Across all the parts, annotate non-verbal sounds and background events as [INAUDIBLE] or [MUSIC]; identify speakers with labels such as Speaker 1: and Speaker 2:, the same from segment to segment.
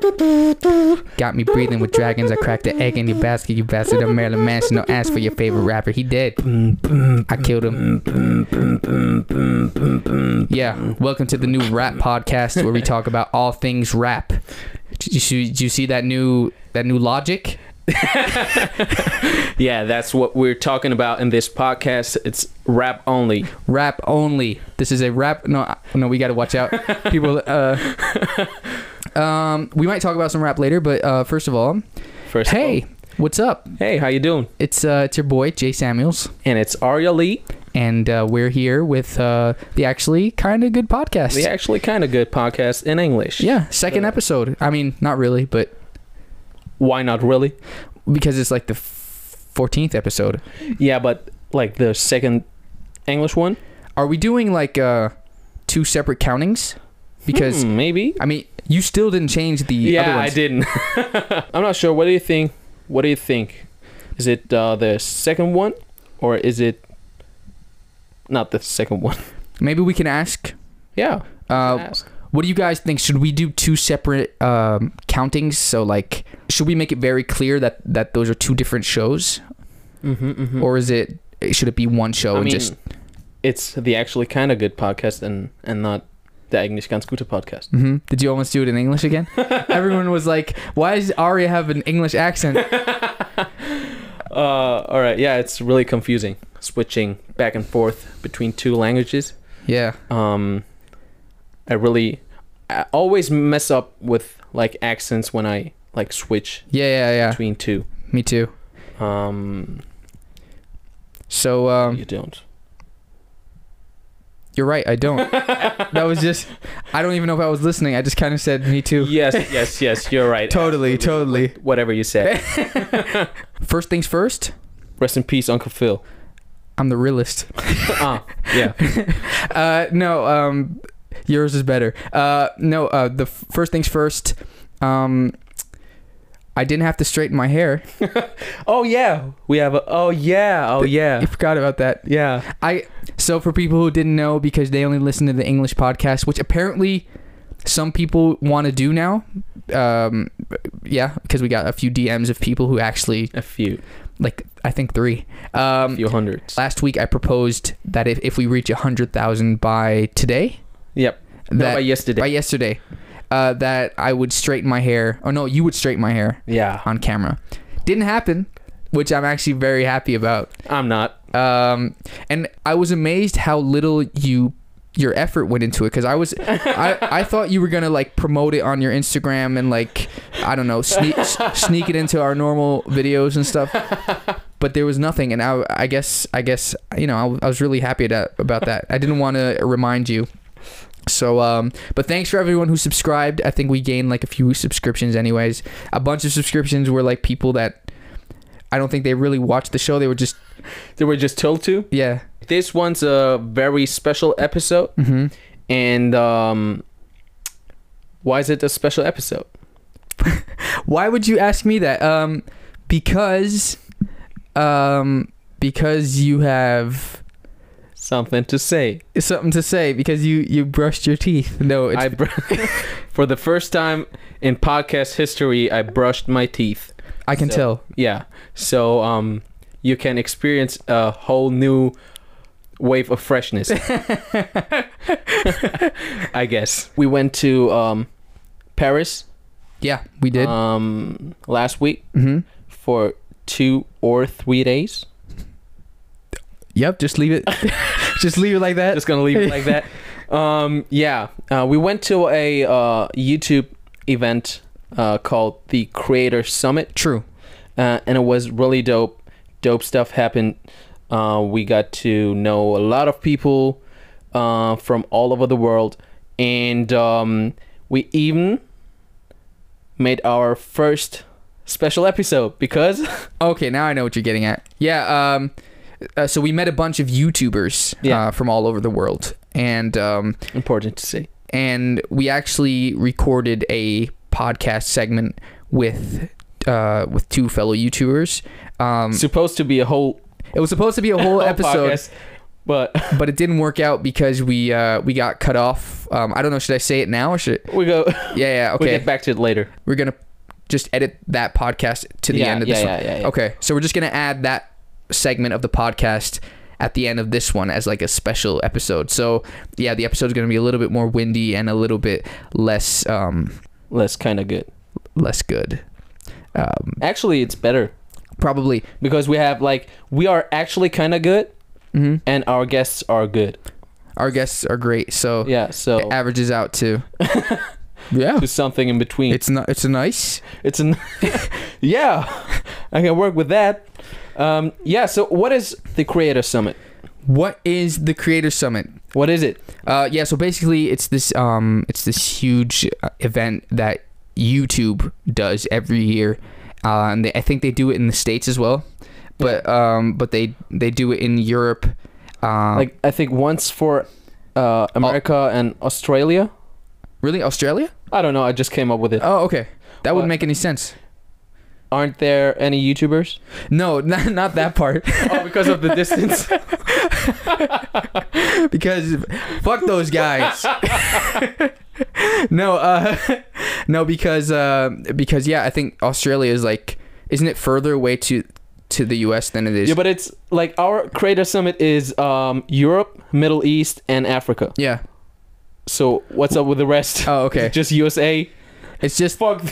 Speaker 1: Got me breathing with dragons. I cracked an egg in your basket, you bastard. I'm Marilyn Manson. No ask for your favorite rapper. He dead. I killed him. Yeah. Welcome to the new rap podcast where we talk about all things rap. Did you see, did you see that new that new logic?
Speaker 2: Yeah, that's what we're talking about in this podcast. It's rap only.
Speaker 1: Rap only. This is a rap. No, I- no, we got to watch out. People. Uh, um, we might talk about some rap later, but uh, first of all,
Speaker 2: First, of
Speaker 1: hey,
Speaker 2: all.
Speaker 1: what's up?
Speaker 2: hey, how you doing?
Speaker 1: It's uh, it's your boy Jay Samuels,
Speaker 2: And it's Arya Lee.
Speaker 1: and uh, we're here with uh, the actually kind of good podcast.
Speaker 2: The actually kind of good podcast in English.
Speaker 1: Yeah, second episode. I mean, not really, but
Speaker 2: Why not really?
Speaker 1: because it's like the fourteenth episode.
Speaker 2: Yeah, but like the second English one.
Speaker 1: Are we doing like uh, two separate countings? Because
Speaker 2: Hmm, maybe.
Speaker 1: I mean, you still didn't change the other
Speaker 2: Yeah, I
Speaker 1: ones.
Speaker 2: didn't. [LAUGHS] I'm not sure. What do you think? What do you think? Is it uh, the second one, or is it not the second one? [LAUGHS]
Speaker 1: Maybe we can ask.
Speaker 2: Yeah.
Speaker 1: Uh,
Speaker 2: ask.
Speaker 1: What do you guys think? Should we do two separate um, countings? So, like, should we make it very clear that that those are two different shows,
Speaker 2: Mm-hmm, mm-hmm.
Speaker 1: or is it should it be one show
Speaker 2: I
Speaker 1: and
Speaker 2: mean,
Speaker 1: just?
Speaker 2: it's the actually kind of good podcast and and not the English ganz gute podcast.
Speaker 1: hmm Did you almost do it in English again? Everyone was like, "Why does Arya have an English accent?"
Speaker 2: Uh, all right, yeah, it's really confusing switching back and forth between two languages.
Speaker 1: yeah,
Speaker 2: Um, I really, I always mess up with like accents when I like switch
Speaker 1: yeah, yeah, yeah.
Speaker 2: between two.
Speaker 1: Me too.
Speaker 2: Um,
Speaker 1: So um,
Speaker 2: you don't.
Speaker 1: you're right. I don't. that was just. I don't even know if I was listening. I just kind of said, "Me too."
Speaker 2: Yes, yes, yes. You're [LAUGHS] right.
Speaker 1: Totally, totally.
Speaker 2: Whatever you said.
Speaker 1: First things first.
Speaker 2: Rest in peace, Uncle [LAUGHS] Phil.
Speaker 1: I'm the realist.
Speaker 2: Ah, yeah.
Speaker 1: uh, no, um, yours is better. Uh, no, uh, the f- first things first. Um, I didn't have to straighten my hair.
Speaker 2: Oh yeah. We have a. Oh yeah. Oh
Speaker 1: I
Speaker 2: yeah.
Speaker 1: forgot about that.
Speaker 2: Yeah.
Speaker 1: I so for people who didn't know because they only listen to the English podcast, which apparently some people want to do now. Um, yeah, because we got a few DMs of people who actually
Speaker 2: A few.
Speaker 1: like I think three. Um,
Speaker 2: A few hundreds.
Speaker 1: last week I proposed that if, if we reach a hundred thousand by today,
Speaker 2: Yep. No,
Speaker 1: that
Speaker 2: by yesterday.
Speaker 1: by yesterday uh, that I would straighten my hair. Oh no, you would straighten my hair
Speaker 2: yeah.
Speaker 1: on camera. Didn't happen, which I'm actually very happy about.
Speaker 2: I'm not.
Speaker 1: Um, and I was amazed how little you your effort went into it because I was I, I thought you were gonna like promote it on your Instagram and like I don't know sneak s- sneak it into our normal videos and stuff. But there was nothing, and I, I guess I guess you know I, w- I was really happy that, about that. I didn't want to remind you. So, um, but thanks for everyone who subscribed. I think we gained like a few subscriptions, anyways. A bunch of subscriptions were like people that I don't think they really watched the show. They were just
Speaker 2: They were just told to.
Speaker 1: yeah.
Speaker 2: This one's a very special episode.
Speaker 1: hmm
Speaker 2: And um, why is it a special episode?
Speaker 1: Why would you ask me that? Um, because, um, because you have
Speaker 2: Something to say.
Speaker 1: something to say. Because you you brushed your teeth. No, it's,
Speaker 2: I br- [LAUGHS] for the first time in podcast history, I brushed my teeth.
Speaker 1: I can
Speaker 2: so-
Speaker 1: tell.
Speaker 2: Yeah. So um, you can experience a whole new wave
Speaker 1: [LAUGHS]
Speaker 2: of freshness. [LAUGHS] I guess we went to um, Paris
Speaker 1: Yeah, we did.
Speaker 2: um last week
Speaker 1: hmm
Speaker 2: for two or three days.
Speaker 1: Yep. Just leave
Speaker 2: [LAUGHS]
Speaker 1: it. just leave it like that.
Speaker 2: Just gonna leave it like that. Um, yeah, uh, we went to a uh, YouTube event uh, called the Creator Summit,
Speaker 1: True.
Speaker 2: uh, and it was really dope. Dope stuff happened. Uh, we got to know a lot of people uh, from all over the world, and um, we even made our first special episode because [LAUGHS]
Speaker 1: Okay, now I know what you're getting at. Yeah. Um, uh, so we met a bunch of YouTubers
Speaker 2: Yeah.
Speaker 1: uh, from all over the world, and um,
Speaker 2: important to say.
Speaker 1: and we actually recorded a podcast segment with uh, with two fellow YouTubers. Um,
Speaker 2: supposed to be a whole
Speaker 1: it was supposed to be a whole
Speaker 2: [LAUGHS] whole
Speaker 1: episode,
Speaker 2: podcast, But [LAUGHS]
Speaker 1: but it didn't work out because we uh, we got cut off. Um, I don't know. Should I say it now or should?
Speaker 2: we go.
Speaker 1: Yeah, yeah.
Speaker 2: We
Speaker 1: Okay,
Speaker 2: get back to it later.
Speaker 1: we're gonna just edit that podcast to the
Speaker 2: Yeah,
Speaker 1: end of
Speaker 2: yeah,
Speaker 1: this
Speaker 2: yeah,
Speaker 1: one.
Speaker 2: yeah, yeah.
Speaker 1: Okay, so we're just gonna add that segment of the podcast at the end of this one as like a special episode. So yeah, the episode's gonna be a little bit more windy and a little bit less um
Speaker 2: Less kind of good.
Speaker 1: less good. Um,
Speaker 2: Actually, it's better
Speaker 1: probably.
Speaker 2: because we have like we are actually kind of good,
Speaker 1: hmm
Speaker 2: and our guests are good.
Speaker 1: Our guests are great, so
Speaker 2: Yeah. So
Speaker 1: it averages out
Speaker 2: [LAUGHS]
Speaker 1: to yeah.
Speaker 2: to something in between.
Speaker 1: It's not. It's nice.
Speaker 2: It's an [LAUGHS] yeah, [LAUGHS] I can work with that. Um, yeah. So what is the Creator Summit?
Speaker 1: What is the Creator Summit?
Speaker 2: What is it?
Speaker 1: Uh, yeah, so basically, it's this um, it's this huge uh, event that YouTube does every year, uh, and they, I think they do it in the states as well, but um, but they they do it in Europe. Um, oh. like
Speaker 2: Like I think once for uh, America and Australia.
Speaker 1: really, Australia?
Speaker 2: I don't know. I just came up with it.
Speaker 1: Oh, okay, that
Speaker 2: What?
Speaker 1: wouldn't make any sense.
Speaker 2: Aren't there any
Speaker 1: [LAUGHS]
Speaker 2: YouTubers?
Speaker 1: No, not, not that part,
Speaker 2: oh, because of the distance.
Speaker 1: because fuck those
Speaker 2: [LAUGHS]
Speaker 1: guys. no, uh, [LAUGHS] no, because uh, because yeah, I think Australia is like, isn't it further away to to the U.S. than it is?
Speaker 2: yeah, but it's like our Creator Summit is um, Europe, Middle East, and Africa.
Speaker 1: yeah.
Speaker 2: So what's up with the rest?
Speaker 1: Oh, okay.
Speaker 2: [LAUGHS] just USA.
Speaker 1: It's just
Speaker 2: Fuck,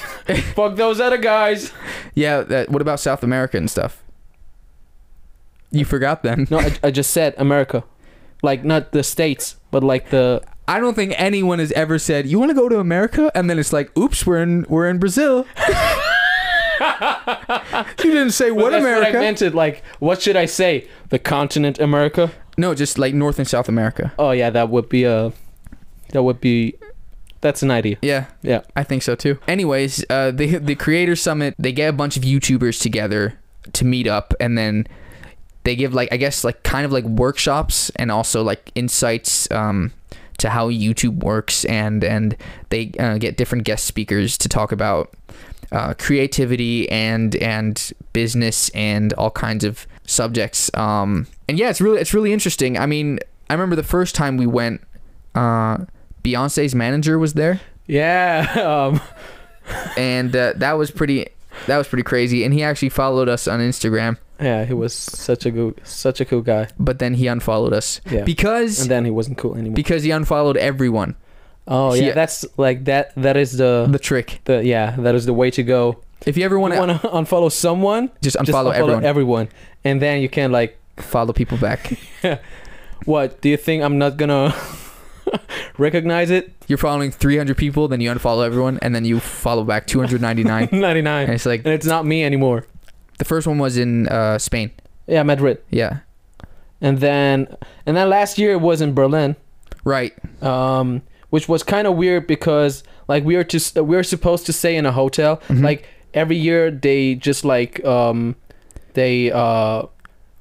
Speaker 2: fuck those other guys.
Speaker 1: yeah. That, what about South America and stuff? You forgot them.
Speaker 2: No, I, I just said America. Like, not the states, but like the.
Speaker 1: I don't think anyone has ever said you want to go to America, and then it's like, oops, we're in we're in
Speaker 2: [LAUGHS]
Speaker 1: Brazil. you didn't say
Speaker 2: But
Speaker 1: what
Speaker 2: that's
Speaker 1: America.
Speaker 2: What I meant it. Like, what should I say? The continent America?
Speaker 1: no, just like North and South America.
Speaker 2: Oh, yeah, that would be a. That would be. That's an idea.
Speaker 1: Yeah,
Speaker 2: Yeah.
Speaker 1: I think so too. Anyways, uh, the the creator summit they get a bunch of YouTubers together to meet up, and then they give like I guess like kind of like workshops and also like insights um, to how YouTube works, and and they uh, get different guest speakers to talk about uh, creativity and and business and all kinds of subjects. Um, and yeah, it's really it's really interesting. I mean, I remember the first time we went. Uh, Beyonce's manager was there
Speaker 2: Yeah. [LAUGHS] Um,
Speaker 1: and uh, that was pretty that was pretty crazy and he actually followed us on instagram
Speaker 2: yeah, he was such a cool, such a cool guy.
Speaker 1: but then he unfollowed us
Speaker 2: Yeah.
Speaker 1: because
Speaker 2: and then he wasn't cool anymore.
Speaker 1: because he unfollowed everyone
Speaker 2: oh yeah,
Speaker 1: he-
Speaker 2: that's like that. That is the,
Speaker 1: the trick
Speaker 2: the yeah. That is the way to go.
Speaker 1: if you ever want
Speaker 2: You
Speaker 1: to
Speaker 2: want to unfollow someone?
Speaker 1: just e- unfollow
Speaker 2: just unfollow
Speaker 1: everyone
Speaker 2: everyone, and then you can like
Speaker 1: follow people
Speaker 2: [LAUGHS]
Speaker 1: back
Speaker 2: What do you think? I'm not gonna [LAUGHS] recognize it.
Speaker 1: you're following 300 people then you unfollow everyone and then you follow back
Speaker 2: [LAUGHS]
Speaker 1: 299
Speaker 2: Ninety
Speaker 1: and
Speaker 2: nine,
Speaker 1: it's like
Speaker 2: and it's not me anymore.
Speaker 1: the first one was in uh, spain
Speaker 2: Yeah, Madrid,
Speaker 1: yeah
Speaker 2: and then and then last year it was in Berlin,
Speaker 1: right
Speaker 2: um, which was kind of weird because like we are to s- we are supposed to stay in a hotel.
Speaker 1: Mhm.
Speaker 2: Like every year they just like um, they uh,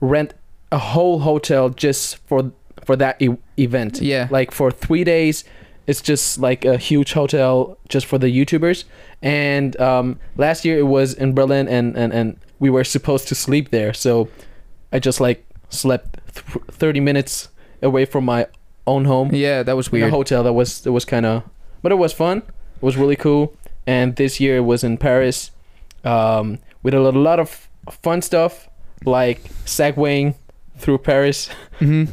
Speaker 2: rent a whole hotel just for for that e- event.
Speaker 1: yeah
Speaker 2: like for three days it's just like a huge hotel just for the youtubers and um, last year it was in berlin and, and, and we were supposed to sleep there so i just like slept th- 30 minutes away from my own home
Speaker 1: yeah that was
Speaker 2: um, in a
Speaker 1: weird
Speaker 2: hotel that was that was kind of but it was fun it was really cool and this year it was in paris um, we did a lot of fun stuff like segwaying through paris [LAUGHS]
Speaker 1: hmm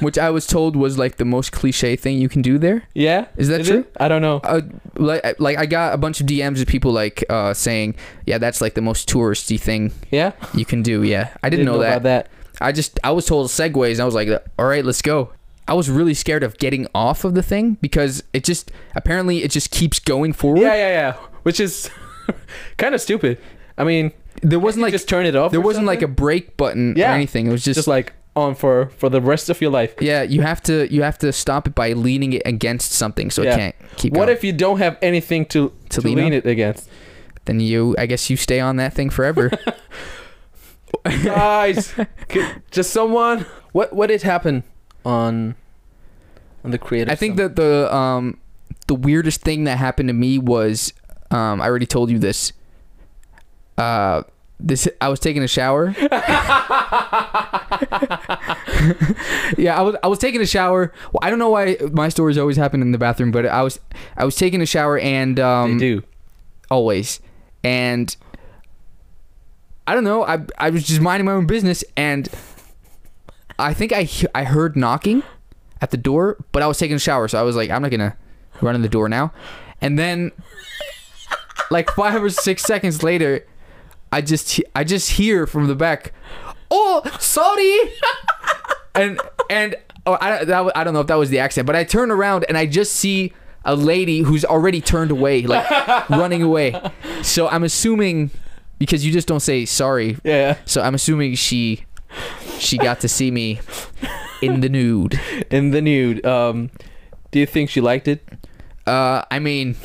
Speaker 1: which i was told was like the most cliche thing you can do there
Speaker 2: yeah
Speaker 1: is that
Speaker 2: Is it?
Speaker 1: true
Speaker 2: i don't know
Speaker 1: uh, like, like I got a bunch of DMs of people like uh, saying, "Yeah, that's like the most touristy thing
Speaker 2: yeah
Speaker 1: you can do." Yeah, I didn't, know, that.
Speaker 2: about that
Speaker 1: I just I was told segways, and I was like, "All right, let's go." I was really scared of getting off of the thing because it just apparently it just keeps going forward.
Speaker 2: Yeah, yeah, yeah. Which is [LAUGHS] kind of stupid. I mean,
Speaker 1: There wasn't like
Speaker 2: just turn it off.
Speaker 1: there
Speaker 2: or
Speaker 1: wasn't like a
Speaker 2: something.
Speaker 1: break button or
Speaker 2: Yeah.
Speaker 1: anything. It was just,
Speaker 2: just like on for for the rest of your life.
Speaker 1: yeah, you have to you have to stop it by leaning it against something so
Speaker 2: Yeah.
Speaker 1: it can't keep
Speaker 2: What
Speaker 1: going.
Speaker 2: if you don't have anything to
Speaker 1: To
Speaker 2: to,
Speaker 1: lean
Speaker 2: lean, it against?
Speaker 1: then you I guess you stay on that thing
Speaker 2: [LAUGHS]
Speaker 1: forever.
Speaker 2: Guys, could- just someone. What what did happen on on the creative?
Speaker 1: I think that the um the weirdest thing that happened to me was um I already told you this. Uh this I was taking a
Speaker 2: [LAUGHS]
Speaker 1: shower. [LAUGHS] yeah, I was I was taking a shower. Well, I don't know why my stories always happen in the bathroom, but I was I was taking a shower and um
Speaker 2: they do.
Speaker 1: always and I don't know, I I was just minding my own business and I think I he- I heard knocking at the door, but I was taking a shower, so I was like I'm not going to run in the door now. And then like 5 or 6 seconds later, I just he- I just hear from the back, "Oh, sorry." and and oh, I that, wa- I don't know if that was the accent, but I turn around and I just see a lady who's already turned away, like running away. So I'm assuming because you just don't say sorry.
Speaker 2: Yeah.
Speaker 1: So I'm assuming she she got to see me in the nude.
Speaker 2: [LAUGHS] In the nude. Um, do you think she liked it?
Speaker 1: Uh, I mean,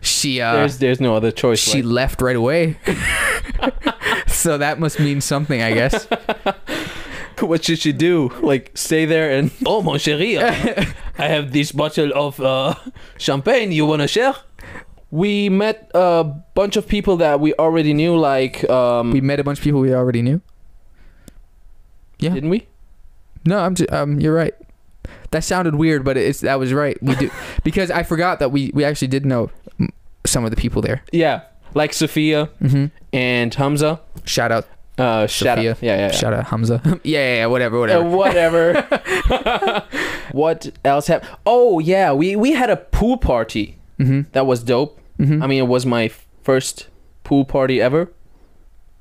Speaker 1: she uh,
Speaker 2: there's there's no other choice.
Speaker 1: she
Speaker 2: like-
Speaker 1: left right away. [LAUGHS] so that must mean something, I guess.
Speaker 2: [LAUGHS] what should she do? Like stay there and [LAUGHS] oh mon chéri, [LAUGHS] uh, I have this bottle of uh, champagne. You wanna share? We met a bunch of people that we already knew. Like um,
Speaker 1: We met a bunch of people we already knew. yeah.
Speaker 2: didn't we?
Speaker 1: No, I'm just, um you're right. That sounded weird, but it's that was right. We do [LAUGHS] because I forgot that we we actually did know mm, some of the people there.
Speaker 2: Yeah, like Sophia
Speaker 1: hmm
Speaker 2: and Hamza.
Speaker 1: Shout out,
Speaker 2: Uh, shout out.
Speaker 1: Sophia.
Speaker 2: Yeah, yeah. yeah.
Speaker 1: shout out Hamza. [LAUGHS] yeah, yeah, yeah, whatever,
Speaker 2: Uh,
Speaker 1: whatever.
Speaker 2: whatever.
Speaker 1: [LAUGHS]
Speaker 2: [LAUGHS] what else happened? Oh yeah, we we had a pool party.
Speaker 1: hmm
Speaker 2: That was dope.
Speaker 1: hmm
Speaker 2: I mean, it was my first pool party ever.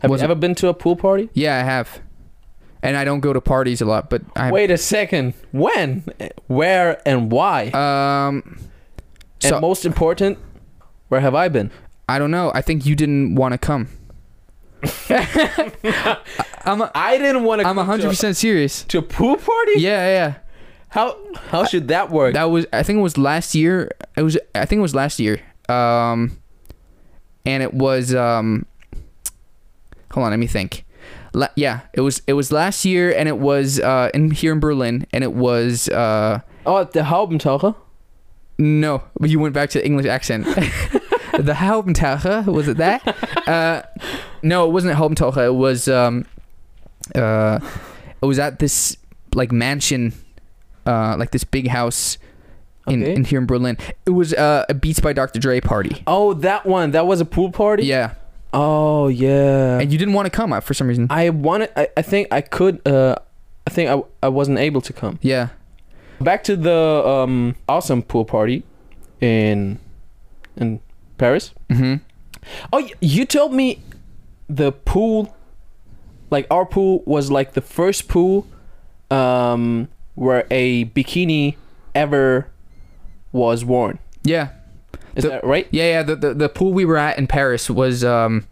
Speaker 2: Have
Speaker 1: Was
Speaker 2: you
Speaker 1: it-
Speaker 2: ever been to a pool party?
Speaker 1: yeah, I have, and I don't go to parties a lot, but I
Speaker 2: Wait a second. When, where, and why?
Speaker 1: um. So
Speaker 2: and most important, where have I been?
Speaker 1: I don't know. I think you didn't want to
Speaker 2: [LAUGHS]
Speaker 1: come. I'm a,
Speaker 2: I didn't want to.
Speaker 1: I'm hundred percent serious.
Speaker 2: to a pool party.
Speaker 1: Yeah, yeah, yeah.
Speaker 2: How how should that work?
Speaker 1: That was I think it was last year. It was I think it was last year. Um, and it was um. Hold on, let me think. La- yeah, it was it was last year, and it was uh in here in Berlin, and it was uh
Speaker 2: oh, at the Haubentaucher.
Speaker 1: no, you went back to the English
Speaker 2: [LAUGHS]
Speaker 1: accent. the Haupentache was it that? uh, no, it wasn't Haupentache. It was um, uh, it was at this like mansion, uh, like this big house in,
Speaker 2: Okay.
Speaker 1: in here in Berlin. It was uh, a Beats by Dr. Dre party.
Speaker 2: oh, that one. That was a pool party.
Speaker 1: Yeah,
Speaker 2: Oh yeah.
Speaker 1: and you didn't want to come up for some reason.
Speaker 2: I wanted. I, I think I could. Uh, I think I, I wasn't able to come.
Speaker 1: yeah,
Speaker 2: Back to the um awesome pool party, in, in Paris.
Speaker 1: hmm
Speaker 2: Oh, y- you told me, the pool, like our pool was like the first pool, um, where a bikini ever was worn.
Speaker 1: yeah,
Speaker 2: Is
Speaker 1: The-
Speaker 2: that right?
Speaker 1: yeah, yeah. The, the the pool we were at in Paris was um,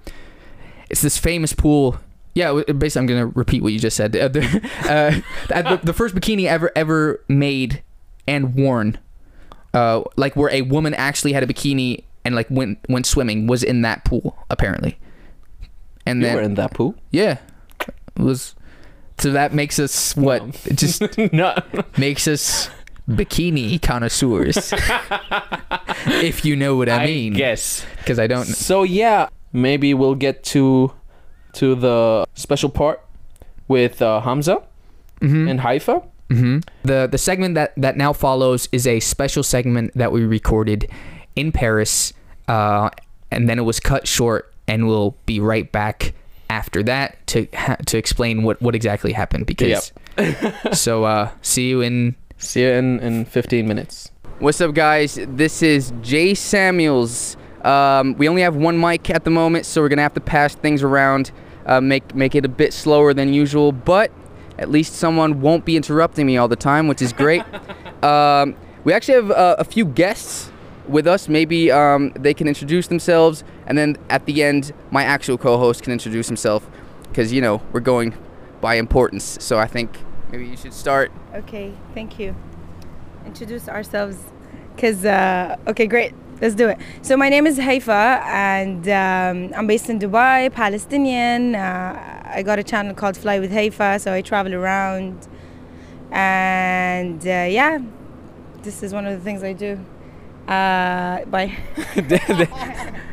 Speaker 1: it's this famous pool. Yeah, w- basically, I'm gonna repeat what you just said. [LAUGHS] Uh, the, uh, at the, the first bikini ever ever made and worn, uh, like where a woman actually had a bikini and like went went swimming was in that pool apparently, and
Speaker 2: You
Speaker 1: then
Speaker 2: were in that pool. [LAUGHS]
Speaker 1: Yeah. It was so that makes us what?
Speaker 2: No.
Speaker 1: It
Speaker 2: [LAUGHS]
Speaker 1: just
Speaker 2: no.
Speaker 1: makes us bikini
Speaker 2: [LAUGHS]
Speaker 1: connoisseurs. if you know what I, mean.
Speaker 2: guess.
Speaker 1: Cuz I don't
Speaker 2: So yeah, maybe we'll get to, to the special part, with uh, Hamza
Speaker 1: Mhm.
Speaker 2: and Haifa.
Speaker 1: hmm The the segment that that now follows is a special segment that we recorded in Paris, uh, and then it was cut short, and we'll be right back after that to ha- to explain what what exactly happened because. [LAUGHS] so uh, see you in.
Speaker 2: See you in in 15 minutes. [LAUGHS]
Speaker 1: What's up, guys? This is Jay Samuels. Um, we only have one mic at the moment, so we're gonna have to pass things around, uh, make make it a bit slower than usual. But at least someone won't be interrupting me all the time, which is great. um, we actually have uh, a few guests with us. Maybe um, they can introduce themselves, and then at the end, my actual co-host can introduce himself, because you know we're going by importance. So I think maybe you should start.
Speaker 3: Okay, thank you. Introduce ourselves, cause uh, okay, great. Let's do it. So my name is Haifa, and um, I'm based in Dubai, Palestinian. Uh, I got a channel called Fly with Haifa, so I travel around, and uh, yeah, this is one of the things I do. Uh, bye.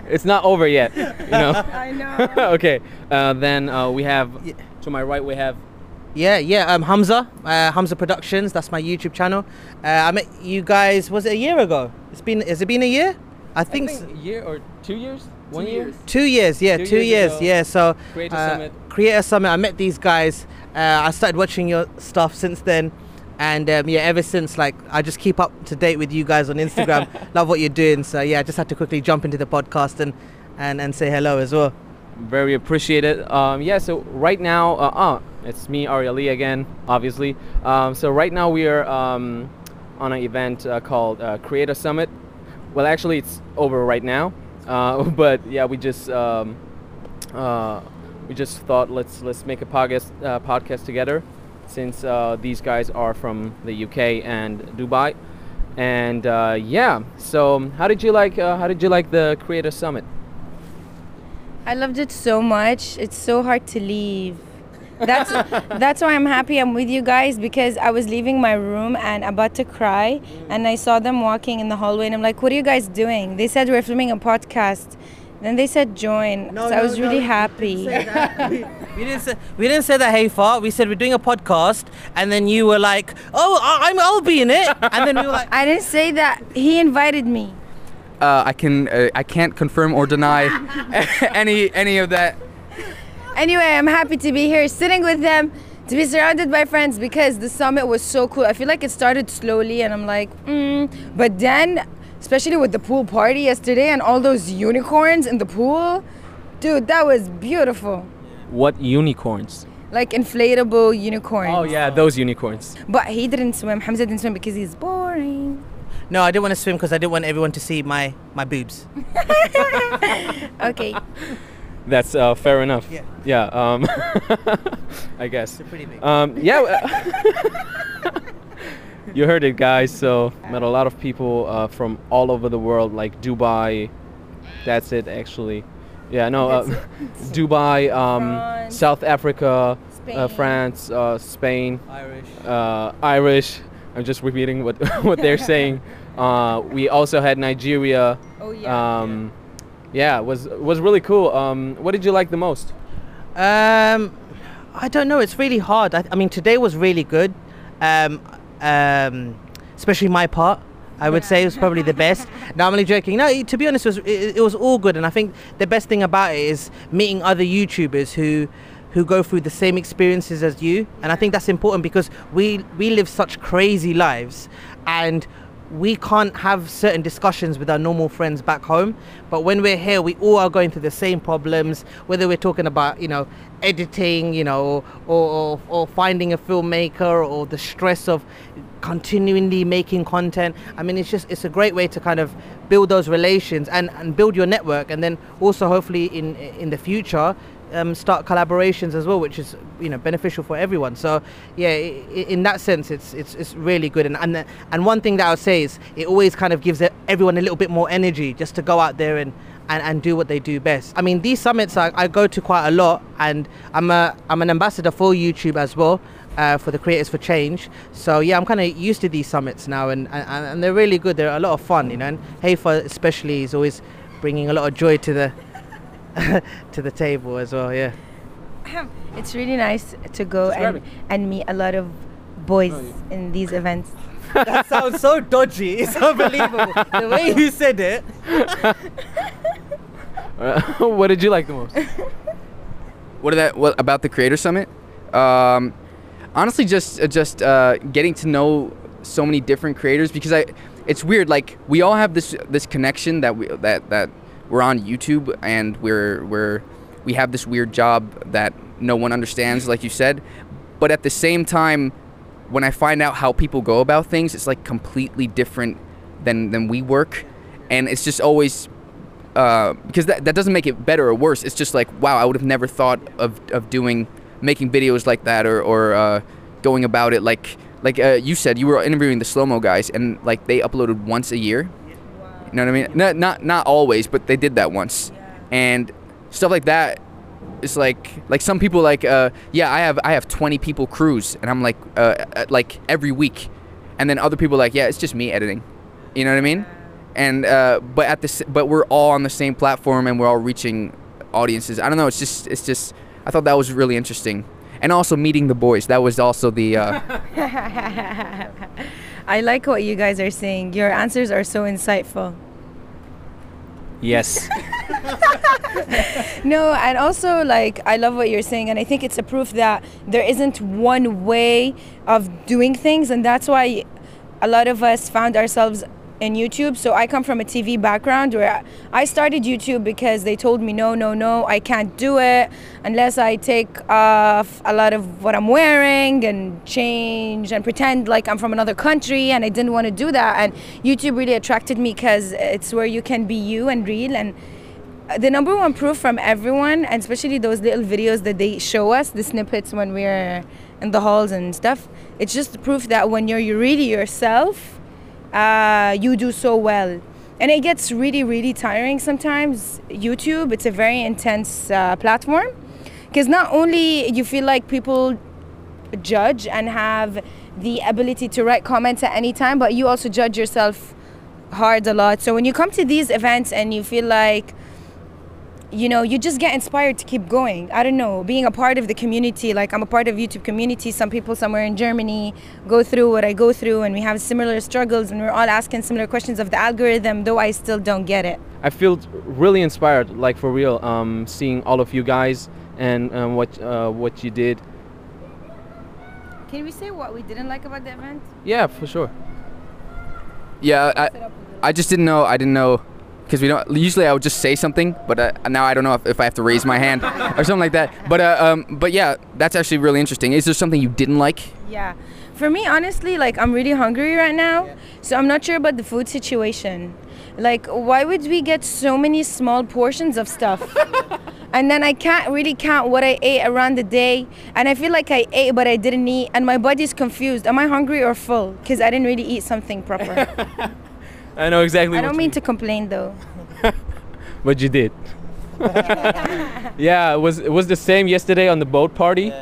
Speaker 2: it's not over yet. You know. [LAUGHS]
Speaker 3: I know.
Speaker 2: okay. Uh, then uh, we have to my right we have
Speaker 4: Yeah, yeah. Um, Hamza, uh, Hamza Productions. That's my YouTube channel. Uh, I met you guys. Was it a year ago? It's been. Has it been a year? I think, s-
Speaker 2: a year or two years. One year.
Speaker 4: two years. Yeah,
Speaker 2: Two
Speaker 4: two,
Speaker 2: years
Speaker 4: years.
Speaker 2: ago.
Speaker 4: yeah. So
Speaker 2: Creator
Speaker 4: uh,
Speaker 2: Summit.
Speaker 4: Creator Summit. I met these guys. Uh, I started watching your stuff since then, and um, yeah, ever since, like, I just keep up to date with you guys on
Speaker 2: [LAUGHS]
Speaker 4: Instagram. Love what you're doing. So yeah, I just had to quickly jump into the podcast and and, and say hello as well.
Speaker 2: Very appreciated. Um, yeah. So right now, uh, uh it's me Ariali again, obviously. Um, so right now we are um, on an event uh, called uh, Creator Summit. Well, actually, it's over right now. Uh, [LAUGHS] but yeah, we just um, uh, we just thought let's let's make a podcast uh, podcast together, since uh, these guys are from the UK and Dubai, and uh, yeah. So how did you like uh, how did you like the Creator Summit?
Speaker 3: I loved it so much. It's so hard to leave. That's that's why I'm happy I'm with you guys because I was leaving my room and about to cry and I saw them walking in the hallway and I'm like, what are you guys doing? They said we're filming a podcast. Then they said join. so I was really happy.
Speaker 4: We didn't say we didn't say that hey far. We said we're doing a podcast, and then you were like, "Oh, I, I'm I'll be in it," and then we were like,
Speaker 3: I didn't say that. He invited me.
Speaker 1: Uh, I can uh, I can't confirm or deny [LAUGHS] any any of that.
Speaker 3: Anyway, I'm happy to be here sitting with them, to be surrounded by friends because the summit was so cool. I feel like it started slowly and I'm like, mm. but then, especially with the pool party yesterday and all those unicorns in the pool, dude, that was beautiful.
Speaker 2: What unicorns?
Speaker 3: Like inflatable unicorns.
Speaker 2: Oh yeah, those unicorns.
Speaker 3: But he didn't swim. Hamza didn't swim because he's boring.
Speaker 4: "No, I didn't want to swim because I didn't want everyone to see my my boobs."
Speaker 2: [LAUGHS]
Speaker 3: Okay. [LAUGHS]
Speaker 2: That's uh, fair enough.
Speaker 4: Yeah.
Speaker 2: Yeah. Um, [LAUGHS] I guess.
Speaker 4: pretty big.
Speaker 2: Um, yeah. uh, [LAUGHS] you heard it, guys. So met a lot of people uh, from all over the world, like Dubai. That's it, actually. Yeah. No. Uh, [LAUGHS] Dubai, um,
Speaker 3: France.
Speaker 2: South Africa, Uh,
Speaker 3: Spain.
Speaker 2: France, uh, Spain
Speaker 4: Irish.
Speaker 2: uh, Irish. I'm just repeating what [LAUGHS] what
Speaker 3: [LAUGHS]
Speaker 2: they're saying. Uh, we also had Nigeria.
Speaker 3: Oh, yeah.
Speaker 2: Um, yeah, it was was really cool. Um, what did you like the most? [LAUGHS]
Speaker 4: Um, I don't know. It's really hard. I, I mean, today was really good. Um, um, especially my part. I would say it was probably the best. No, I'm only joking. No, it- to be honest, it was it, it was all good, and I think the best thing about it is meeting other YouTubers who who go through the same experiences as you, and I think that's important because we we live such crazy lives, and we can't have certain discussions with our normal friends back home but when we're here we all are going through the same problems whether we're talking about you know editing you know or, or, or finding a filmmaker or the stress of continually making content i mean it's just it's a great way to kind of build those relations and, and build your network and then also hopefully in in the future um, start collaborations as well, which is you know beneficial for everyone. So yeah, i- i- in that sense, it's it's, it's really good. And and and one thing that I'll say is it always kind of gives e- everyone a little bit more energy just to go out there and. And, and do what they do best. I mean, these summits I, I go to quite a lot, and I'm a I'm an ambassador for YouTube as well, uh, for the creators for change. So yeah, I'm kind of used to these summits now, and, and and they're really good. They're a lot of fun, you know. And Haifa especially is always bringing a lot of joy to the to the table as well. Yeah.
Speaker 3: it's really nice to go
Speaker 2: Describe
Speaker 3: and,
Speaker 2: it. Oh,
Speaker 3: and meet a lot of boys in these
Speaker 2: [LAUGHS]
Speaker 3: events.
Speaker 4: That sounds so dodgy. [LAUGHS] It's unbelievable. The way you said it.
Speaker 2: what did you like the
Speaker 3: [LAUGHS]
Speaker 2: most?
Speaker 1: What are that? What about the Creator Summit? Um, honestly, just uh, just uh, getting to know so many different creators because I, it's weird. Like we all have this this connection that we that that we're on YouTube and we're we're we have this weird job that no one understands, like you said. But at the same time, when I find out how people go about things, it's like completely different than than we work, and it's just always uh, because that, that doesn't make it better or worse. It's just like, wow, I would have never thought of, of doing, making videos like that or, or uh, going about it like, like uh, you said, you were interviewing the slow mo guys and like they uploaded once a year. You know what I mean? Not, not, not always, but they did that once. And stuff like that is like, like some people like, uh, yeah, I have, I have 20 people cruise and I'm like, uh, uh, like every week. And then other people like, yeah, it's just me editing. You know what I mean? and uh, but at this but we're all on the same platform and we're all reaching audiences i don't know it's just it's just i thought that was really interesting and also meeting the boys that was also the uh,
Speaker 3: [LAUGHS] I like what you guys are saying. Your answers are so insightful.
Speaker 2: Yes.
Speaker 3: No, and also like I love what you're saying, and I think it's a proof that there isn't one way of doing things, and that's why a lot of us found ourselves in YouTube. So I come from a TV background where I started YouTube because they told me no, no, no, I can't do it unless I take off a lot of what I'm wearing and change and pretend like I'm from another country, and I didn't want to do that. And YouTube really attracted me because it's where you can be you and real and Uh, the number one proof from everyone, and especially those little videos that they show us, the snippets when we're in the halls and stuff, it's just proof that when you're you really yourself, uh, you do so well. And it gets really, really tiring sometimes. YouTube, it's a very intense uh, platform because not only you feel like people judge and have the ability to write comments at any time, but you also judge yourself hard a lot. So when you come to these events and you feel like you know you just get inspired to keep going i don't know being a part of the community like i'm a part of youtube community some people somewhere in germany go through what i go through and we have similar struggles and we're all asking similar questions of the algorithm though i still don't get it
Speaker 2: I feel really inspired, like for real, um, seeing all of you guys and um, what uh, what you did.
Speaker 3: can we say what we didn't like about the event
Speaker 2: Yeah, for sure.
Speaker 1: yeah I, I just didn't know i didn't know because we don't usually i would just say something but uh, now i don't know if, if i have to raise my hand [LAUGHS] or something like that but uh, um, but yeah that's actually really interesting is there something you didn't like
Speaker 3: yeah for me honestly like i'm really hungry right now so i'm not sure about the food situation like why would we get so many small portions of stuff and then i can't really count what i ate around the day and i feel like i ate but i didn't eat and my body's confused am i hungry or full because i didn't really eat something proper
Speaker 2: I know exactly.
Speaker 3: i
Speaker 2: what
Speaker 3: don't
Speaker 2: you
Speaker 3: mean to complain though
Speaker 2: but you
Speaker 3: [LAUGHS]
Speaker 2: did. yeah, it was it was the same yesterday on the boat party.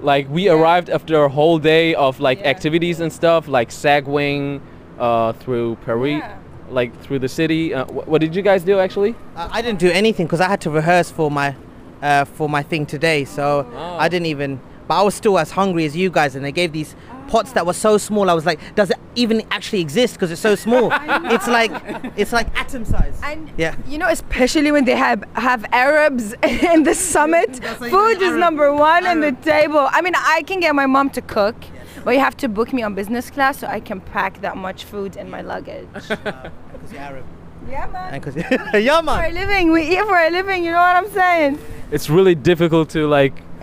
Speaker 2: Like we arrived after a whole day of like
Speaker 3: Yeah.
Speaker 2: activities and stuff, like sagwing uh, through Paris,
Speaker 3: Yeah.
Speaker 2: like through the city. Uh, wh- what did you guys do actually?
Speaker 4: Uh, I didn't do anything because I had to rehearse for my uh, for my thing today, so I didn't even. But I was still as hungry as you guys, and they gave these pots that were so small. I was like, does it even actually exist? Because it's so small. [LAUGHS] it's like it's like atom size.
Speaker 3: and
Speaker 4: Yeah.
Speaker 3: you know especially when they have have arabs [LAUGHS] in the summit
Speaker 4: why you
Speaker 3: food
Speaker 4: said
Speaker 3: is
Speaker 4: Arab.
Speaker 3: number one on the table i mean i can get my mom to cook but you have to book me on business class so i can pack that much food in my luggage
Speaker 4: Because you're Arab.
Speaker 3: [LAUGHS] yeah man
Speaker 4: And 'cause- [LAUGHS]
Speaker 3: for
Speaker 4: yeah,
Speaker 3: a
Speaker 4: man.
Speaker 3: living we eat for a living you know what i'm saying
Speaker 2: It's really difficult to like. [LAUGHS]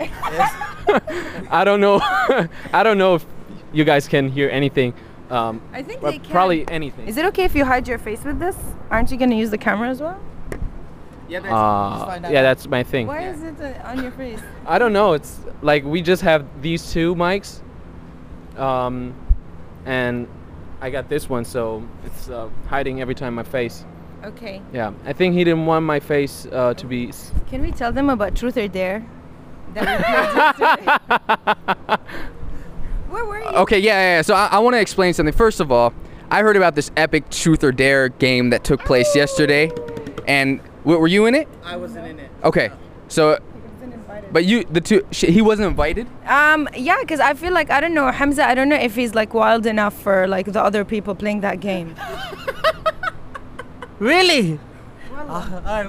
Speaker 2: I don't know. [LAUGHS] I don't know if you guys can hear anything. Um,
Speaker 3: i think
Speaker 2: well,
Speaker 3: they can
Speaker 2: probably anything.
Speaker 3: is it okay if you hide your face with this aren't you going to use the camera as well
Speaker 1: yeah
Speaker 2: Uh,
Speaker 4: find out.
Speaker 2: yeah, that's my thing.
Speaker 3: why is it uh, on your face
Speaker 2: I don't know. It's like we just have these two mics, um, and I got this one, so it's uh, hiding every time my face.
Speaker 3: okay
Speaker 2: Yeah, I think he didn't want my face uh, to be. s-
Speaker 3: can we tell them about truth or
Speaker 2: [LAUGHS]
Speaker 3: dare that we played yesterday? where were you
Speaker 1: Okay, yeah, yeah. yeah. So I, I want to explain something. First of all, I heard about this epic truth or dare game that took place yesterday, and w- were you in it?
Speaker 4: I wasn't in it.
Speaker 1: Okay, so, but you, the two, sh- he wasn't invited.
Speaker 3: Um, yeah, because I feel like I don't know Hamza. I don't know if he's like wild enough for like the other people playing that game.
Speaker 4: Really? Ah,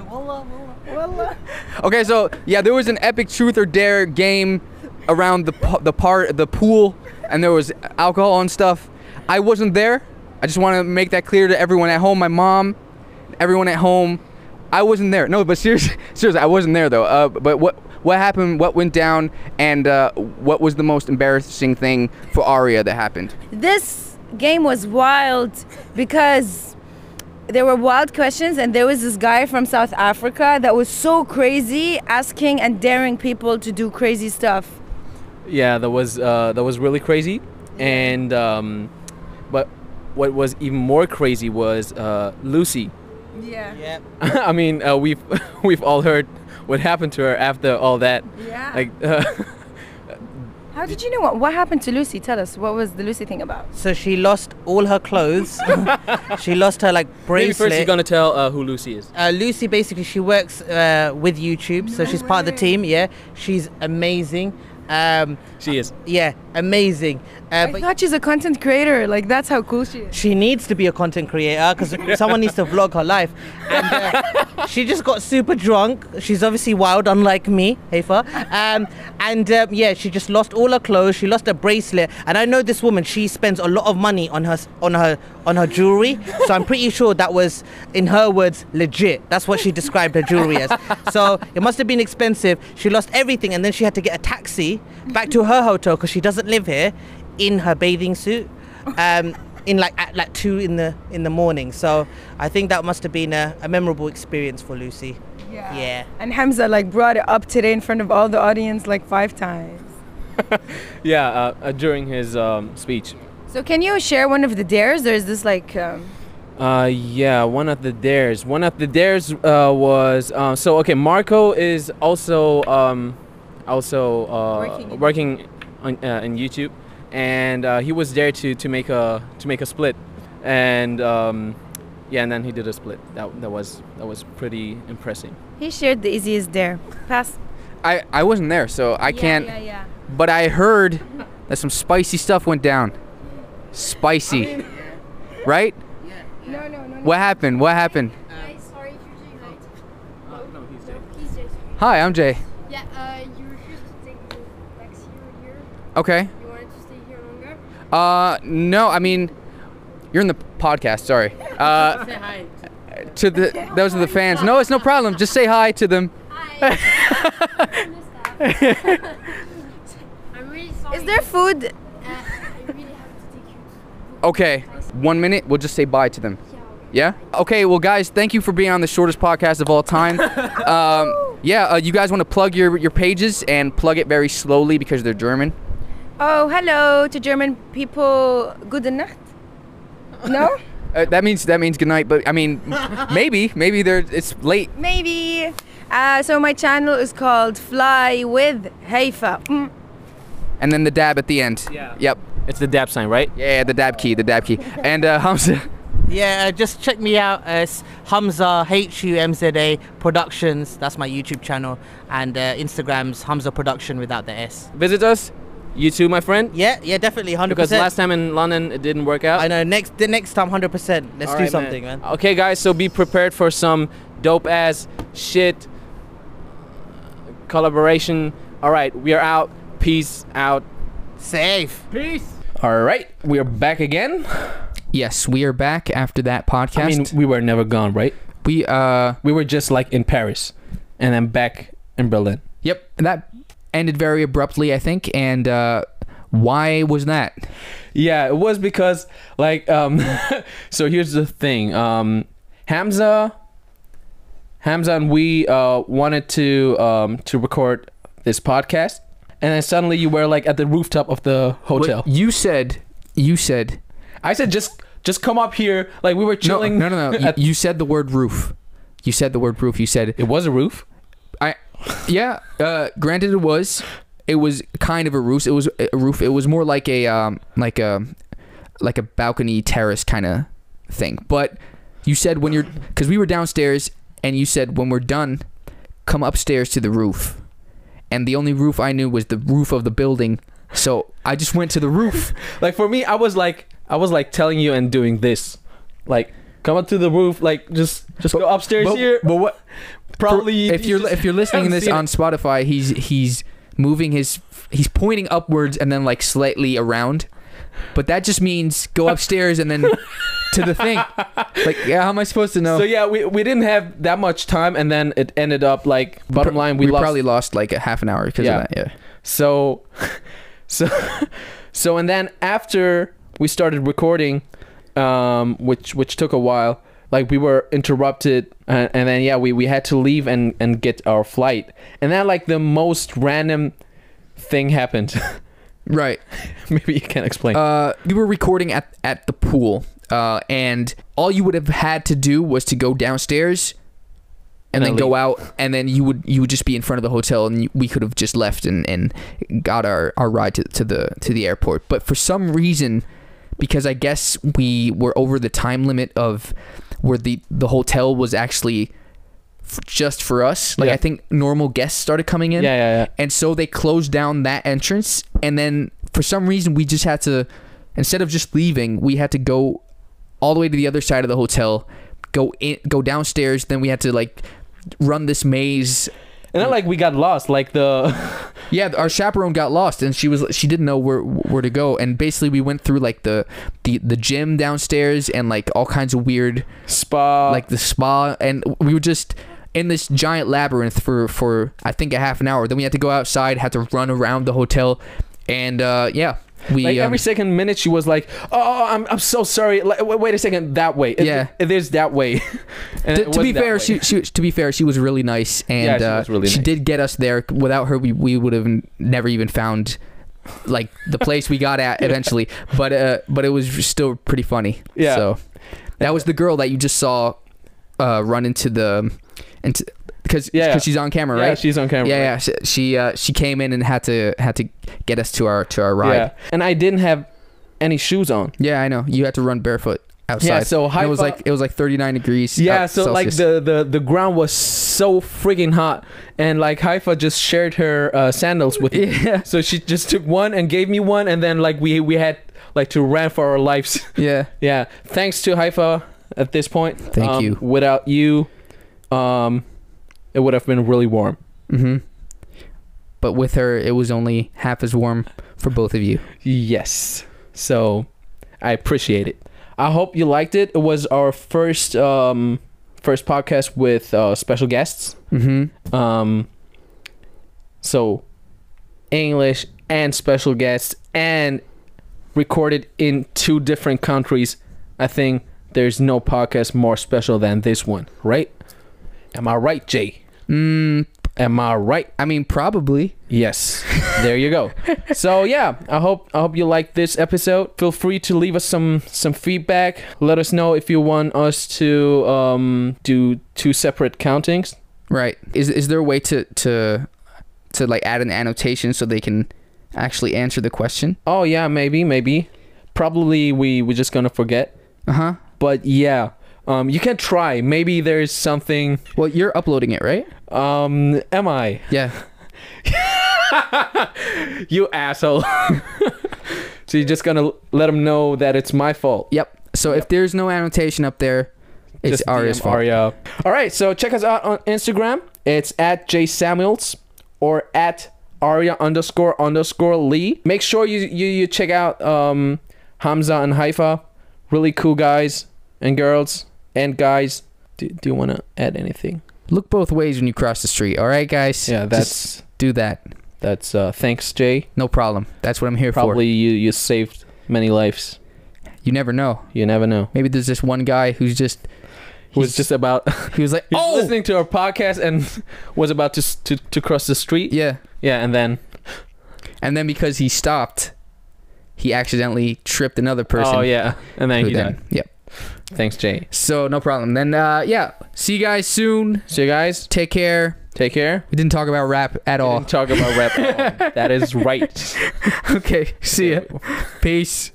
Speaker 1: Okay, so yeah, there was an epic truth or dare game around the po- the part the pool, and there was alcohol and stuff. I wasn't there. I just want to make that clear to everyone at home. My mom, everyone at home, I wasn't there. No, but seriously, [LAUGHS] seriously, I wasn't there though. Uh, but what what happened? What went down? And uh, what was the most embarrassing thing for Aria that happened?
Speaker 3: This game was wild because there were wild questions, and there was this guy from South Africa that was so crazy, asking and daring people to do crazy stuff.
Speaker 2: Yeah, that was uh, that was really crazy, and um, but what was even more crazy was uh, Lucy. [LAUGHS]
Speaker 3: Yeah.
Speaker 4: Yeah.
Speaker 2: I mean, uh, we've [LAUGHS] [LAUGHS] we've all heard what happened to her after all that.
Speaker 3: Yeah.
Speaker 2: Like uh,
Speaker 3: How did you know what, what happened to Lucy? Tell us, what was the Lucy thing about?
Speaker 4: So she lost all her [LAUGHS] clothes. she lost her like
Speaker 2: Maybe
Speaker 4: bracelet.
Speaker 2: first you're gonna tell uh, who Lucy is.
Speaker 4: uh, Lucy basically she works uh, with YouTube, so she's part of the team. Yeah, she's amazing. Um,
Speaker 2: She is.
Speaker 4: yeah, amazing. Uh,
Speaker 3: I
Speaker 4: but
Speaker 3: thought she's a content creator. Like that's how cool she is.
Speaker 4: she needs to be a content creator because someone needs to vlog her life. And, uh, she just got super drunk. She's obviously wild, unlike me, Haifa. Um, and um, yeah, she just lost all her clothes. She lost a bracelet. And I know this woman. She spends a lot of money on her on her on her jewelry. So I'm pretty sure that was, in her words, legit. That's what she described her jewelry as. So it must have been expensive. She lost everything, and then she had to get a taxi back to her hotel because she doesn't live here, in her bathing suit um, in like at like two in the in the morning. So I think that must have been a, a memorable experience for Lucy.
Speaker 3: Yeah.
Speaker 4: Yeah.
Speaker 3: And Hamza like brought it up today in front of all the audience like five times.
Speaker 2: Yeah, uh, uh, during his um, speech.
Speaker 3: So can you share one of the dares, or is this like? Um,
Speaker 2: Uh, yeah, one of the dares. One of the dares uh, was uh, so okay. Marco is also um, also uh,
Speaker 3: Working in-
Speaker 2: working on uh, in YouTube, and uh, he was there to to make a to make a split, and um, yeah, and then he did a split. That that was that was pretty impressive.
Speaker 3: he shared the easiest dare. Pass.
Speaker 1: I, I wasn't there, so I can't.
Speaker 3: yeah.
Speaker 1: But I heard that some spicy stuff went down. Spicy.
Speaker 3: [LAUGHS]
Speaker 1: right?
Speaker 3: No, no, no.
Speaker 1: What happened? What happened?
Speaker 5: Hi, sorry if you're doing late.
Speaker 2: no, he's
Speaker 5: No, he's just.
Speaker 1: Hi, I'm Jay.
Speaker 5: Yeah, uh, you refused to take the taxi over here.
Speaker 1: Okay.
Speaker 5: You wanted to stay here longer.
Speaker 1: Uh, no, I mean, you're in the podcast. Sorry. Uh, say hi. To the those are the fans. No, it's no problem. Just say hi to them.
Speaker 2: [LAUGHS]
Speaker 5: Hi. I'm the staff. [LAUGHS] I'm really sorry.
Speaker 3: Is there food?
Speaker 5: Uh, I really have to take you. to
Speaker 3: Oh.
Speaker 5: book
Speaker 1: Okay.
Speaker 5: a taxi.
Speaker 1: One minute. We'll just say bye to them.
Speaker 5: Yeah. okay.
Speaker 1: Yeah. Okay. Well, guys, thank you for being on the shortest podcast of all [LAUGHS] time. um, yeah. Uh, you guys want to plug your your pages and plug it very slowly because they're German.
Speaker 3: Oh, hello to German people. Gute Nacht. No, [LAUGHS]
Speaker 1: Uh, that means that means good night. But I [LAUGHS] mean, maybe maybe they're it's late.
Speaker 3: maybe. Uh, so my channel is called Fly with Haifa. Mm.
Speaker 1: And then the dab at the end.
Speaker 2: Yeah.
Speaker 1: Yep.
Speaker 2: It's the dab sign, right?
Speaker 1: Yeah. The dab key. The dab key. And uh, [LAUGHS] Hamza.
Speaker 4: Yeah, uh, just check me out as Hamza H U M Z A Productions. That's my YouTube channel and uh, Instagram's Hamza Production without the S.
Speaker 2: Visit us. You too, my friend.
Speaker 4: Yeah, yeah, definitely, hundred
Speaker 2: Because
Speaker 4: percent.
Speaker 2: last time in London it didn't work out.
Speaker 4: I know next the next time, hundred percent. Let's
Speaker 2: All
Speaker 4: do
Speaker 2: right,
Speaker 4: something, man.
Speaker 2: Okay, guys, so be prepared for some dope ass shit collaboration. All right, we are out. Peace out.
Speaker 4: Safe.
Speaker 2: All right, we are back again.
Speaker 1: Yes, we are back after that podcast.
Speaker 2: I mean, we were never gone, right?
Speaker 1: we uh,
Speaker 2: We were just like in Paris and then back in Berlin.
Speaker 1: yep, that ended very abruptly, I think. And uh, why was that?
Speaker 2: Yeah, it was because like um [LAUGHS] so here's the thing. Um Hamza Hamza and we uh wanted to um to record this podcast and then suddenly you were like at the rooftop of the hotel.
Speaker 1: What- You said, you said,
Speaker 2: I said just just come up here like we were
Speaker 1: no,
Speaker 2: chilling.
Speaker 1: no, no, no.
Speaker 2: [LAUGHS] at-
Speaker 1: you, you said the word roof. You said the word roof. You said,
Speaker 2: it was a roof.
Speaker 1: I, yeah. Uh, granted, it was, it was kind of a roof. It was a roof. It was more like a um, like a, like a balcony terrace kind of thing. But you said when you're, because we were downstairs, and you said when we're done, come upstairs to the roof, and the only roof I knew was the roof of the building. So I just went to the roof.
Speaker 2: Like for me I was like I was like telling you and doing this. Like come up to the roof like just just go upstairs
Speaker 1: but-
Speaker 2: here. But what probably
Speaker 1: if you're
Speaker 2: just
Speaker 1: if you're listening to
Speaker 2: haven't
Speaker 1: this
Speaker 2: seen
Speaker 1: on
Speaker 2: it.
Speaker 1: Spotify, he's he's moving his he's pointing upwards and then like slightly around. But that just means
Speaker 2: [LAUGHS]
Speaker 1: go upstairs and then to the thing. Like, yeah, how am I supposed to know?
Speaker 2: So yeah, we, we didn't have that much time, and then it ended up like bottom
Speaker 1: Pro-
Speaker 2: line we, lost.
Speaker 1: probably lost like a half an hour because
Speaker 2: Yeah.
Speaker 1: of that. Yeah.
Speaker 2: so, [LAUGHS] so, [LAUGHS] so, and then after we started recording, um, which which took a while. Like we were interrupted, and, and then yeah, we, we had to leave and and get our flight, and then like the most random thing happened. [LAUGHS]
Speaker 1: Right.
Speaker 2: Maybe you can explain.
Speaker 1: Uh, we were recording at at the pool, uh, and all you would have had to do was to go downstairs, and then
Speaker 2: Definitely.
Speaker 1: go out, and then you would you would just be in front of the hotel, and you, we could have just left and, and got our, our ride to, to the to the airport. But for some reason, because I guess we were over the time limit of where the the hotel was actually f- just for us. Like
Speaker 2: Yeah.
Speaker 1: I think normal guests started coming
Speaker 2: Yeah,
Speaker 1: in,
Speaker 2: yeah,
Speaker 1: and so they closed down that entrance, and then for some reason we just had to instead of just leaving, we had to go all the way to the other side of the hotel, go in, go downstairs. Then we had to like run this maze.
Speaker 2: yeah. And then
Speaker 1: Mm.
Speaker 2: like we got lost, like the [LAUGHS]
Speaker 1: Yeah, our chaperone got lost, and she was she didn't know where where to go. And basically, we went through like the the the gym downstairs and like all kinds of weird
Speaker 2: spa.
Speaker 1: like the spa, and we were just in this giant labyrinth for for I think a half an hour. Then we had to go outside, had to run around the hotel, and uh, yeah, we
Speaker 2: like
Speaker 1: um,
Speaker 2: every second minute, she was like, "Oh, I'm, I'm so sorry. Like, wait, wait a second, that way. It-
Speaker 1: Yeah.
Speaker 2: it is that way." [LAUGHS] And
Speaker 1: Th-
Speaker 2: it
Speaker 1: to
Speaker 2: was
Speaker 1: be
Speaker 2: that
Speaker 1: fair,
Speaker 2: way.
Speaker 1: she, she to be fair, she was really nice,
Speaker 2: Yeah,
Speaker 1: and
Speaker 2: she
Speaker 1: uh,
Speaker 2: was really
Speaker 1: she
Speaker 2: nice.
Speaker 1: did get us there. Without her, we, we would have n- never even found like the place we got
Speaker 2: [LAUGHS]
Speaker 1: at eventually. But uh, but it was still pretty funny.
Speaker 2: Yeah.
Speaker 1: So that was the girl that you just saw uh, run into the into because
Speaker 2: Yeah.
Speaker 1: she's on camera,
Speaker 2: yeah,
Speaker 1: right?
Speaker 2: she's on camera.
Speaker 1: yeah, yeah. She she, uh, she came in and had to had to get us to our to our ride.
Speaker 2: Yeah. And I didn't have any shoes on.
Speaker 1: Yeah, I know. You had to run barefoot outside.
Speaker 2: Yeah, so
Speaker 1: And it was
Speaker 2: Haifa-
Speaker 1: like it was like 39 degrees.
Speaker 2: Yeah,
Speaker 1: out-
Speaker 2: so like
Speaker 1: Celsius.
Speaker 2: the, the the ground was so freaking hot, and like Haifa just shared her uh, sandals with me.
Speaker 1: [LAUGHS] Yeah.
Speaker 2: So she just took one and gave me one, and then like we we had like to run for our lives.
Speaker 1: yeah.
Speaker 2: yeah, thanks to Haifa at this point.
Speaker 1: Thank
Speaker 2: Um,
Speaker 1: you.
Speaker 2: Without you, um, it would have been really warm.
Speaker 1: hmm But with her, it was only half as warm for both of you.
Speaker 2: Yes. So I appreciate it. I hope you liked it. It was our first um first podcast with uh special guests.
Speaker 1: hmm
Speaker 2: Um so English and special guests and recorded in two different countries. I think there's no podcast more special than this one, right? Am I right, Jay?
Speaker 1: Mm,
Speaker 2: Am I right?
Speaker 1: I mean, probably.
Speaker 2: Yes. There you go. so yeah, I hope I hope you like this episode. Feel free to leave us some some feedback. Let us know if you want us to um do two separate countings.
Speaker 1: Right. Is is there a way to to to like add an annotation so they can actually answer the question?
Speaker 2: Oh yeah, maybe, maybe. Probably we we're just gonna forget.
Speaker 1: Uh huh.
Speaker 2: But yeah. Um you can try. Maybe there's something
Speaker 1: Well, you're uploading it, right?
Speaker 2: um am I?
Speaker 1: Yeah.
Speaker 2: You asshole. [LAUGHS] so you're just gonna let them know that it's my fault.
Speaker 1: Yep. So if there's no annotation up there, it's
Speaker 2: Just
Speaker 1: Aria's
Speaker 2: DM
Speaker 1: fault.
Speaker 2: Aria. All right, so check us out on Instagram. It's at J Samuels or at Aria underscore underscore Lee. Make sure you you, you check out um, Hamza and Haifa. Really cool guys and girls and guys. Do, do you want to add anything?
Speaker 1: Look both ways when you cross the street. All right, guys.
Speaker 2: Yeah,
Speaker 1: Just
Speaker 2: that's
Speaker 1: do that.
Speaker 2: that's uh, thanks Jay.
Speaker 1: No problem. That's what I'm here
Speaker 2: Probably you you saved many lives.
Speaker 1: for. You never know.
Speaker 2: You never know.
Speaker 1: Maybe there's this one guy who's just
Speaker 2: It was just about [LAUGHS]
Speaker 1: he was like,
Speaker 2: he was
Speaker 1: oh,
Speaker 2: listening to our podcast and [LAUGHS] was about to, s- to to cross the street.
Speaker 1: yeah.
Speaker 2: Yeah, and then
Speaker 1: And then because he stopped, he accidentally tripped another person.
Speaker 2: oh yeah, and then
Speaker 1: who
Speaker 2: he died.
Speaker 1: then- Yep.
Speaker 2: Thanks, Jay.
Speaker 1: So no problem. Then uh, yeah. See you guys soon.
Speaker 2: So, you guys,
Speaker 1: Take care.
Speaker 2: take care.
Speaker 1: We didn't talk about rap at
Speaker 2: We [LAUGHS]
Speaker 1: all. [LAUGHS]
Speaker 2: didn't talk about rap. at all. that is right.
Speaker 1: okay. See ya. Peace.